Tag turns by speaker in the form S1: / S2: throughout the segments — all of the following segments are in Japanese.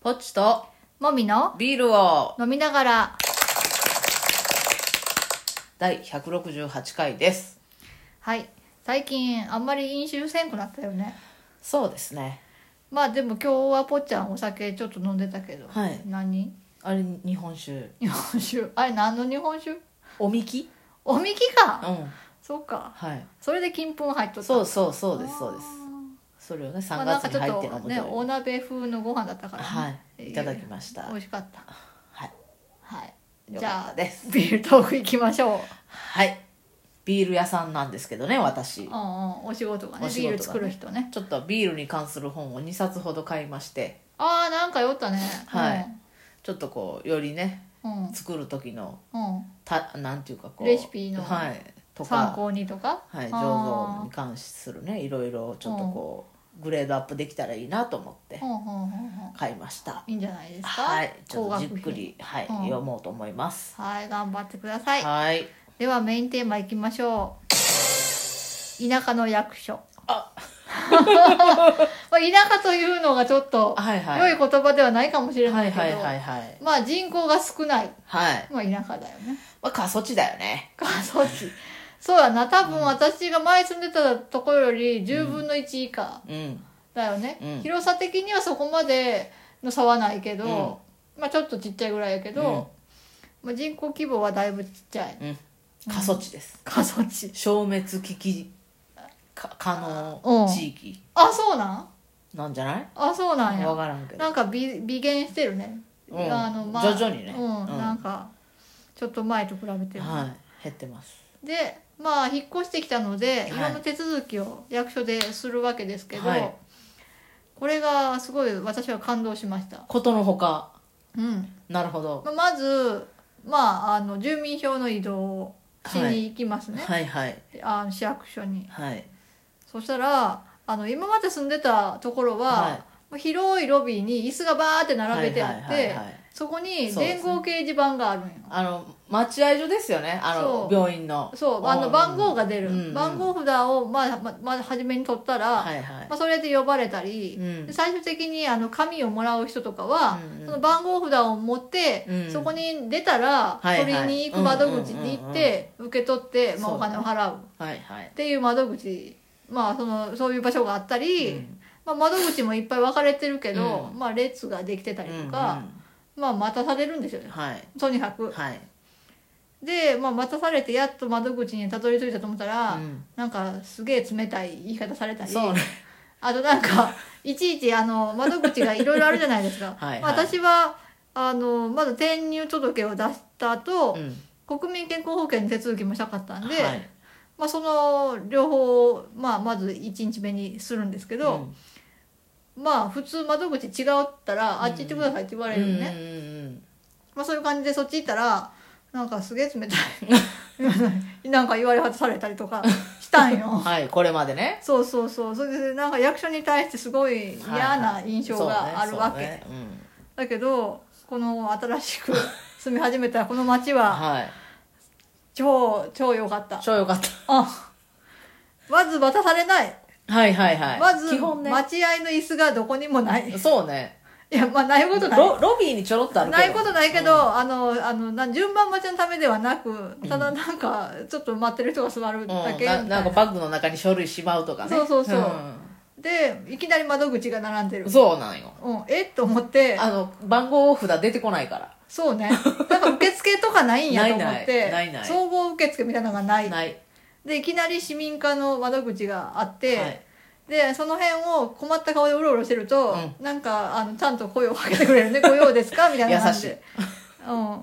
S1: ポチと
S2: もみの
S1: ビールを
S2: 飲みながら
S1: 第168回です
S2: はい最近あんまり飲酒せんくなったよね
S1: そうですね
S2: まあでも今日はぽっちゃんお酒ちょっと飲んでたけど、
S1: はい
S2: 何
S1: あれ日本酒
S2: 日本酒あれ何の日本酒
S1: おみき
S2: おみき
S1: うん
S2: か、そうか
S1: はい
S2: それで金粉入っとった
S1: そうそうそうですそうです
S2: あ
S1: それをね
S2: ーま
S1: 3
S2: あなん
S1: 月
S2: かち
S1: に
S2: ょっ
S1: 入っ
S2: と
S1: て飲むとい
S2: ね
S1: う
S2: お鍋風のご飯だったからね、
S1: はいいただきまし
S2: えー
S1: た
S2: 美味しかった
S1: はい
S2: はい
S1: よか
S2: じ
S1: っ
S2: ゃ
S1: た
S2: あ
S1: です
S2: ビールトーク行きましょう
S1: はいビール屋さんなんですけどね私
S2: うんうんお仕事がね
S1: お仕事
S2: ビ
S1: がね
S2: ール作る人ね
S1: ちょっとビールに関する本を2冊ほど買いまして
S2: ああなんか酔ったね
S1: はいちょっとこうよりね
S2: うんうん
S1: 作る時の
S2: うん
S1: たなんていうかこう
S2: レシピの
S1: はいと
S2: 参
S1: か
S2: 考にとか
S1: はい、
S2: あー
S1: 醸造に関するねいろいろちょっとこう、グレードアップできたらいいなと思って
S2: うんうんうんうん
S1: 買いました、
S2: いいんじゃないですか
S1: はいちょっとじっ
S2: 高額
S1: く
S2: 品
S1: り、はい
S2: うん
S1: 読もうと思います
S2: はい頑張ってください
S1: はい
S2: ではメインテーマいきましょう田舎の役所
S1: あ
S2: まあ田舎というのがちょっと
S1: はいは
S2: 良
S1: い
S2: い言葉ではないかもしれ
S1: は
S2: ないいけ
S1: はい
S2: ど
S1: はいはい
S2: まあ人口が少ない
S1: はい
S2: まあ田舎だよね
S1: まあ過疎地だよね
S2: 過疎地そうやな多分私が前住んでたところより10分の1以下
S1: うん
S2: だよね、
S1: うん
S2: 広さ的にはそこまでの差はないけど、まあちょっとちっちゃいぐらいやけど、まあ人口規模はだいぶちっちゃい
S1: うん 過疎地です、
S2: 過疎地
S1: 消滅危機か可
S2: う
S1: 能
S2: ん
S1: 地域
S2: あそうなん
S1: なんじゃない
S2: あそうなん
S1: 分
S2: や
S1: からんけど
S2: なんか微微減してるね、
S1: うん
S2: あのまあ
S1: 徐々にね
S2: うん
S1: うん
S2: なんかちょっと前と比べても
S1: はい減ってます
S2: でまあ引っ越してきたので、
S1: はい
S2: い、ろんな手続きを役所でするわけですけど、
S1: はい
S2: これがすごい私は感動しました、
S1: ことのほか
S2: うん、
S1: なるほど
S2: まあまず、まあ、あの住民票の移動をしに行きますね、
S1: はいはい
S2: あの市役所に
S1: はい
S2: そしたらあの今まで住んでたところは、
S1: はい
S2: もう広いロビーに椅子がバーって並べてあって、
S1: はいはいはいはい
S2: そこに
S1: そうです
S2: 電
S1: ね
S2: 光掲示板があるんよ
S1: あの待合所ですよねあの
S2: そう
S1: 病院の
S2: そうあの番号が出る、
S1: うんうん
S2: 番号札をまあままず初めに取ったら、
S1: はいはい
S2: まあ、それで呼ばれたり、
S1: うん
S2: で最終的にあの紙をもらう人とかは、
S1: うんうん
S2: その番号札を持って、
S1: うん
S2: そこに出たら、
S1: はいはい
S2: 取りに行く窓口に行って、受け取って、まあ、
S1: そう
S2: お金を払うっ
S1: はいはい
S2: ていう窓口、まあ、そのそういう場所があったり、
S1: うん
S2: まあ、窓口もいっぱい分かれてるけど、
S1: う
S2: まあ、列ができてたり
S1: うんう
S2: と
S1: ん
S2: か、まあ、待たされるんですよね
S1: はい
S2: とにかく。
S1: はい
S2: で、まあ、待たされてやっと窓口にたどり着いたと思ったら、
S1: うん
S2: なんかすげえ冷たい言い方されたり。
S1: そうね
S2: あとな んかいちいちあの窓口がいろいろあるじゃないですか
S1: はいはい
S2: まあ私はあのまず転入届を出した後、
S1: うん
S2: 国民健康保険の手続きもしたかったんで、
S1: はい
S2: まあ、その両方を、まあ、まず1日目にするんですけど、
S1: うん
S2: まあ普通窓口違うったら、あっち行ってくださいって言われるのね、
S1: うんうん
S2: まあ、そういう感じでそっち行ったらなんかすげえ冷た いなんか言われはされたりとかしたん
S1: うん
S2: よ。
S1: はいこれまでね
S2: そうそうそうそれでなんか役所に対してすごい嫌な印象があるわけ、
S1: はいはいそうねそうねうん
S2: だけどこの新し く住み始めたこの町は
S1: はい
S2: 超超良かった
S1: 超良かっ
S2: あまず渡されない、
S1: たはいはいはい
S2: まず
S1: 基本ね
S2: 待合の椅子がどこにもないい
S1: そうね
S2: やまあないことない
S1: ロロビーにちょろっとあるけど
S2: ないことないけど、あのあのな順番待ちのためではなくただなんかちょっと待ってる人が座るだけみ
S1: うん
S2: た
S1: ないなんかバッグの中に書類しまうとかね
S2: そうそうそうんでいきなり窓口が並んでる、
S1: そうなんよ
S2: うん、えっと思って
S1: あの番号札出てこないから
S2: そうね。なんか受付とかないんやと思って。
S1: ないないないない
S2: 総合受付みたいなのがない。
S1: ない
S2: で、いきなり市民課の窓口があって、
S1: はい
S2: で、その辺を困った顔でうろうろしてると、
S1: う
S2: なんか、あの、ちゃんと 声をかけてくれるね。ご用ですかみたいな感じで。うん。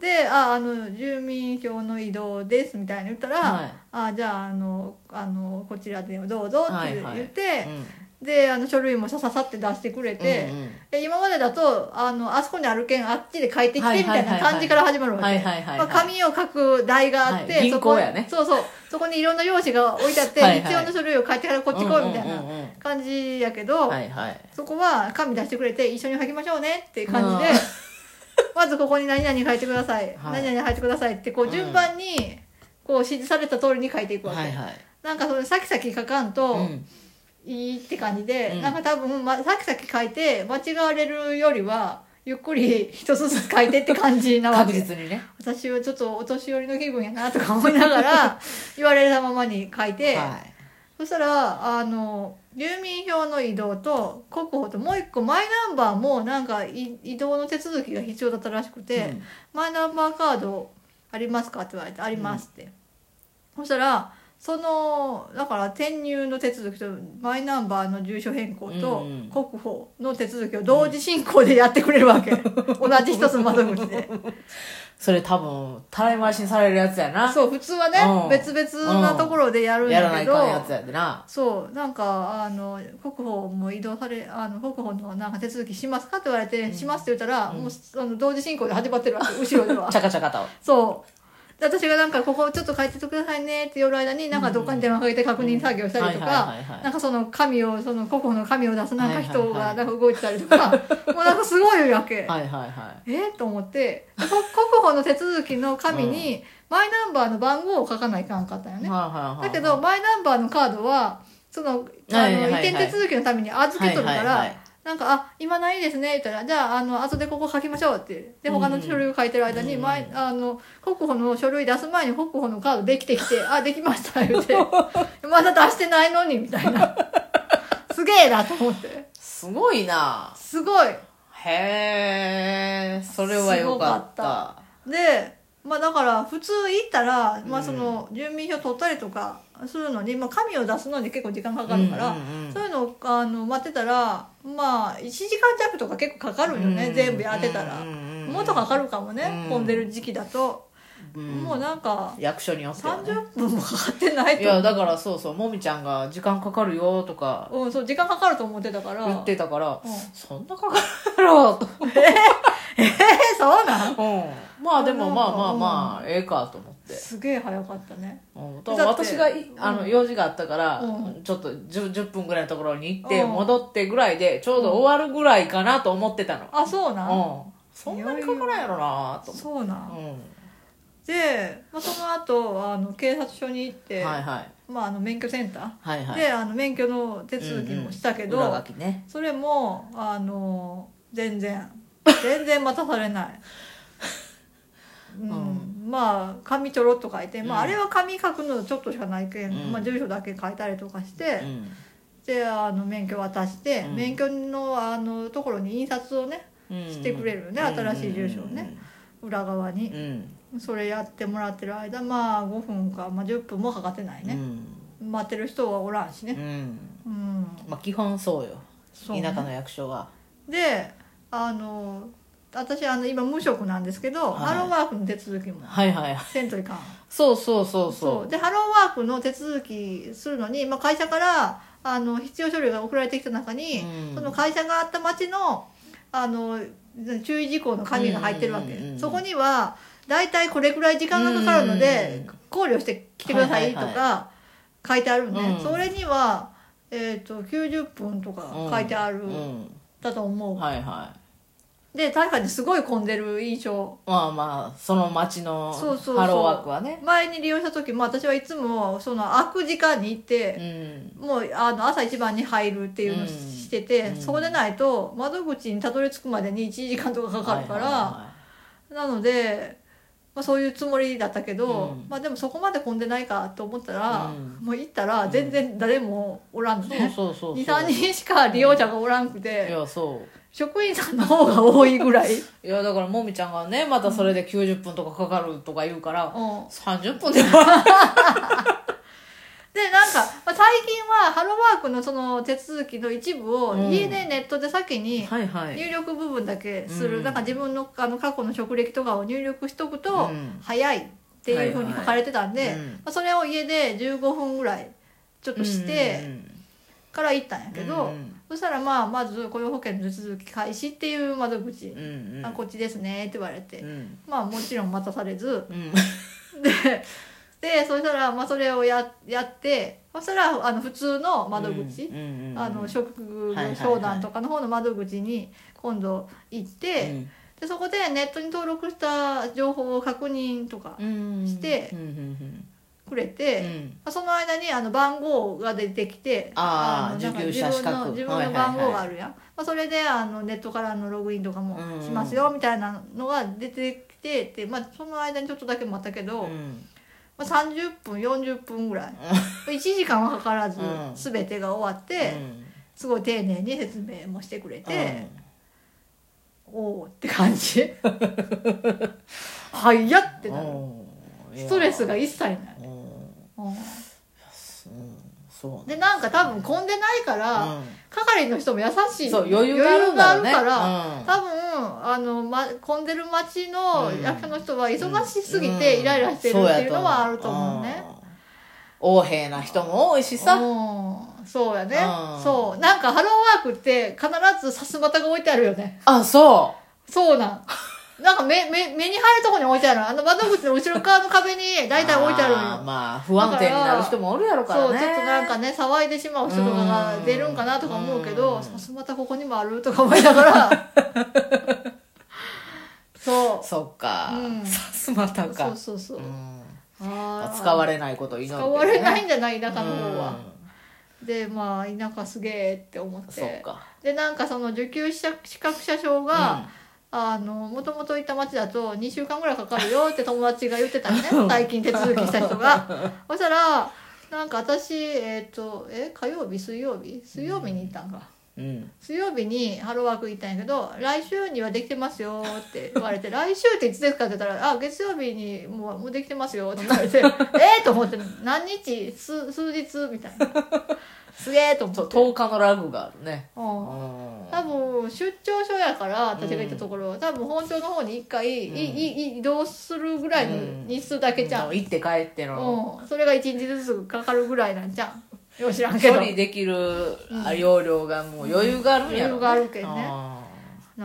S2: で、あ、あの、住民票の移動です、みたいに言ったら、
S1: はい
S2: あ、じゃあ、あの、あの、こちらでどうぞって言って、
S1: うん
S2: で、あの、書類もさささって出してくれて、
S1: うんうん
S2: で今までだとあのあそこにある件あっちで書いてきてみ
S1: は
S2: た
S1: いはいはいはい
S2: いな感じから始まるわ
S1: は
S2: け
S1: いはいはいはい
S2: まあ紙を書く台があって、
S1: はい銀
S2: そこ
S1: 行
S2: に
S1: やね
S2: そうそうそこにいろんな用紙が置いてあって
S1: はいはい
S2: 必要な書類を書いてからこっち来いみたい
S1: うんうん
S2: な
S1: うんうん
S2: 感じやけど、
S1: はいはい
S2: そこは紙出してくれて一緒に書きましょうねっていう感じで、
S1: うん
S2: まずここに何々書いてください、
S1: はい
S2: 何々書いてくださいってこう順番にこう指示された通りに書いていくわけ、
S1: はいはい
S2: なんかそれ先々書かんと、
S1: うん
S2: いいって感じで、
S1: うん
S2: なんか多分、ま、さきさき書いて間違われるよりはゆっくり一つずつ書いてって感じなわ
S1: 確
S2: け
S1: 実にね
S2: 私はちょっとお年寄りの気分やなとか思いな がら言われたままに書いて、
S1: はい
S2: そしたらあの住民票の移動と国保ともう一個マイナンバーもなんかい移動の手続きが必要だったらしくて。
S1: うん
S2: マイナンバーカードありますか?」って言われて「あります」って、そしたらそのだから転入の手続きとマイナンバーの住所変更と
S1: うん
S2: 国保の手続きを同時進行でやってくれ るわけ、同じ一つの窓口で
S1: それ多分たらい回しにされるやつやな
S2: そう普通はね、
S1: うん
S2: 別々なところでやるん
S1: や
S2: だ
S1: らな
S2: け
S1: い
S2: ど、
S1: かんやつやでな
S2: そうなんかあの国保も移動されあの国保のなんか手続きしますかって言われて、しますって言ったら、
S1: うん
S2: もうあの同時進行で始まってるわけ後ろで は
S1: チャカチャカと
S2: そう。で私がなんか、ここちょっと変えててくださいねって言う間に、なんかどっかに電話かけて確認作業したりと
S1: うんは
S2: か
S1: いはいはいは、い
S2: なんかその紙を、その、個々の紙を出すなんか人
S1: はいはいは
S2: が
S1: い
S2: なんか動いてたりとか、もうなんかすごいわけ。
S1: はいはいはい
S2: えーと思って、こ国保の手続きの紙に、マイナンバーの番号を書かないかんかったよね。だ
S1: だ
S2: けど、マイナンバーのカードは、その、あ
S1: はいは
S2: の、
S1: い
S2: 移
S1: はい
S2: 転手続きのために預けとるか
S1: はいはいは
S2: ら
S1: い、
S2: なんか、あ、今ないですね、言ったら、じゃあ、あの、後でここ書きましょうって。で、他の書類を書いてる間に、
S1: うん
S2: 前、あの、国保の書類出す前に国保のカードでき てきて、あ、できました、言うて。 まだ出してないのに、みたい な。すげえなと思って。
S1: すごいな
S2: すごい。
S1: へえそれはよかった
S2: で、まあだから、普通行ったら、まあその、住民票取ったりとかするのに、まあ紙を出すのに結構時間かかるから、
S1: うんうんうん
S2: そういうのをあの待ってたらまあ1時間弱とか結構かかるよね、
S1: うん
S2: 全部やってたら、
S1: うんうんうん
S2: もっとかかるかもね、
S1: うん
S2: 混んでる時期だと、
S1: うん
S2: もうなんか
S1: 役所によってはね
S2: 30分もかかってない
S1: い
S2: と
S1: やだからそうそうもみちゃんが時間かかるよとか
S2: うん、そう時間かかると思ってたから
S1: 言ってたから、
S2: うん
S1: そんなかかるだろうと
S2: えーそうなん
S1: うん、まあでもまあまあまあ、ええかと思って、
S2: すげえ早かったね
S1: うん、
S2: だって
S1: 私がいあの用事があったから、
S2: う
S1: ちょっと 10, 10分ぐらいのところに行って
S2: うん
S1: 戻ってぐらいでちょうど終わるぐらいかなと思ってたの、
S2: あそうなん、
S1: うん、そんなにかからんやろなと思って
S2: そうな
S1: う
S2: ん、で、まあ、その後あの警察署に行って、
S1: ん、はいはい
S2: まあ、あの免許センタ
S1: はい
S2: ー、
S1: はい
S2: であの免許の手続きもしたけど、
S1: うんうん裏書きね
S2: それもあの全然全然待たさ れない、うんまあ紙ちょろっと書いて、まあ、あ
S1: うん
S2: れは紙書くのちょっとしかないけん、
S1: うん
S2: まあ、住所だけ書いたりとかして、
S1: うん
S2: であの免許渡して、
S1: うん
S2: 免許のあのところに印刷をね
S1: うん
S2: してくれるね新しい住所をね裏側
S1: う
S2: に、
S1: ん
S2: それやってもらってる間まあ5分か、まあ、10分もかかってない
S1: うんう
S2: ね、
S1: ん
S2: 待ってる人はおらんし
S1: う
S2: ね、
S1: ん
S2: うん
S1: まあ基本そうよ
S2: そうね
S1: 田舎の役所は
S2: であの私あの今無職なんですけど、
S1: はい
S2: ハローワークの手続きも
S1: はいはい
S2: せんといかん
S1: そうそうそう
S2: そ
S1: そう
S2: でハローワークの手続きするのに、まあ、会社からあの必要書類が送られてきた中に、
S1: うん
S2: その会社があった町のあの注意事項の紙が入ってるわけ、
S1: うんうんうんうん
S2: そこには大体これくらい時間がかかるの
S1: うん
S2: で
S1: うん
S2: 考慮して来てくださいと
S1: はいはい
S2: か書いてあるんで、
S1: うん
S2: それには、えー、と90分とか書いてある、
S1: うん
S2: だと思
S1: う、
S2: うん
S1: はいはい
S2: で確かにすごい混んでる印象
S1: まあまあその町の
S2: そうそうそう
S1: ハローワークはね
S2: 前に利用した時も私はいつもその空く時間に行って、
S1: うん
S2: もうあの朝一番に入るっていうのを
S1: うん
S2: してて、
S1: うん
S2: そうでないと窓口にたどり着くまでに1時間とかかかるから、
S1: はいは
S2: なので、まあ、そういうつもりだったけど、
S1: うん
S2: まあでもそこまで混んでないかと思ったら、
S1: うん
S2: もう行ったら全然誰もおらんの
S1: いはい
S2: ね、
S1: そうそうそうそう
S2: 23人しか利用者がおらんくて、
S1: いやそう
S2: 職員さんの方が多いぐら い。
S1: いやだからもみちゃんがねまたそれで90分とかかかるとか言うから、
S2: うん
S1: 30分では
S2: でなんか、まあ、最近はハローワークのその手続きの一部を
S1: うん
S2: 家でネットで先に
S1: はいはい
S2: 入力部分だけする、
S1: うん
S2: なんか自分のあの過去の職歴とかを入力しとくと
S1: うん
S2: 早いっていうふうに書かれてたんで、
S1: はいはいうん
S2: まあ、それを家で15分ぐらいちょっとしてから行ったんやけど、
S1: うん
S2: そしたらまあまず雇用保険の手続き開始っていう窓口、
S1: うんうん
S2: あこっちですねって言われて、
S1: うん
S2: まあもちろん待たされず。
S1: うん
S2: で でそしたら、まあ、それをややってそしたらあの普通の窓口、
S1: うんうんうん
S2: あの職業
S1: はいはいはい
S2: 商談とかの方の窓口に今度行って、
S1: うん
S2: でそこでネットに登録した情報を確認とか
S1: うん
S2: して
S1: うんうんうん
S2: くれて、
S1: うん
S2: まあその間にあの番号が出てきて
S1: あー
S2: のなんか
S1: 受給者資格
S2: 自分の自分の
S1: はいはい
S2: 番
S1: はい
S2: 号があるやん、まあ、それであのネットからのログインとかも
S1: うんうん
S2: しますよみたいなのが出てきてて、まあ、その間にちょっとだけ待ったけど、
S1: うん
S2: まあ、30分40分ぐらい1時間はかからず
S1: うん
S2: 全てが終わっ
S1: う
S2: て
S1: ん
S2: すごい丁寧に説明もしてくれて、
S1: うん
S2: おおって感じ はいやってなる
S1: うん
S2: ストレスが
S1: い
S2: 一切ない、
S1: やうん
S2: うん
S1: そうね
S2: でなんか多分混んでないから、
S1: う
S2: 係の人も優し
S1: ん
S2: い
S1: そう余裕があるんだろうね
S2: 余裕がある
S1: うん
S2: から、多分あの、ま、混んでる町の
S1: うん
S2: 役所の人は忙しすぎてイライラしてるっていうのはあると思うね。
S1: 横柄な人も多いしさ、
S2: うんそうやね
S1: うん
S2: そうなんかハローワークって必ずさすまたが置いてあるよね
S1: あそ
S2: そうなんなんか目目目に入るとこに置いてあるあの窓口の後ろ側の壁に
S1: う
S2: 大体置いてあるの
S1: あー
S2: よ
S1: まあ不安定になる人もおるやろからね
S2: そうちょっとなんかね騒いでしまう人とかが出るんかなとか思うけ
S1: う
S2: ど
S1: ん
S2: さすまたここにもあるとか思いながらそう
S1: そっか、
S2: うん
S1: さすまたか
S2: そうそうそう、
S1: うん
S2: あー
S1: 使われないことを祈る
S2: 使われない
S1: ん
S2: んじゃない田舎の方は、でまあ田舎すげえって思っ
S1: そってか
S2: でなんかその受給者資格者証が、あのもともといた町だと2週間ぐらいかかるよって友達が言ってたのね最近手続きした人がそしたらなんか私えっ、とえ火曜日水曜日水曜日に行ったんか、
S1: うん、うん
S2: 水曜日にハローワーク行ったんやけど「来週にはできてますよ」って言わ れて「来週っていつですか?」って言ったら「あ月曜日にもうもうできてますよ」って言わ れて「えっ!」と思って「何日数数日?」みたいなすげえと思
S1: そう
S2: って。
S1: 10日のラグがあるね
S2: う
S1: うんん
S2: 多分出張所やから私が行ったところ、多分本庁の方に一回、
S1: うん
S2: いい移動するぐらいの日数だけじゃん、うん
S1: 行って帰っての
S2: それが一日ずつかかるぐらいなんじゃんよう知らんけ
S1: 処
S2: ど
S1: 理できる容量がもう余裕があるんやろ、ね
S2: 余裕があるけんね
S1: あ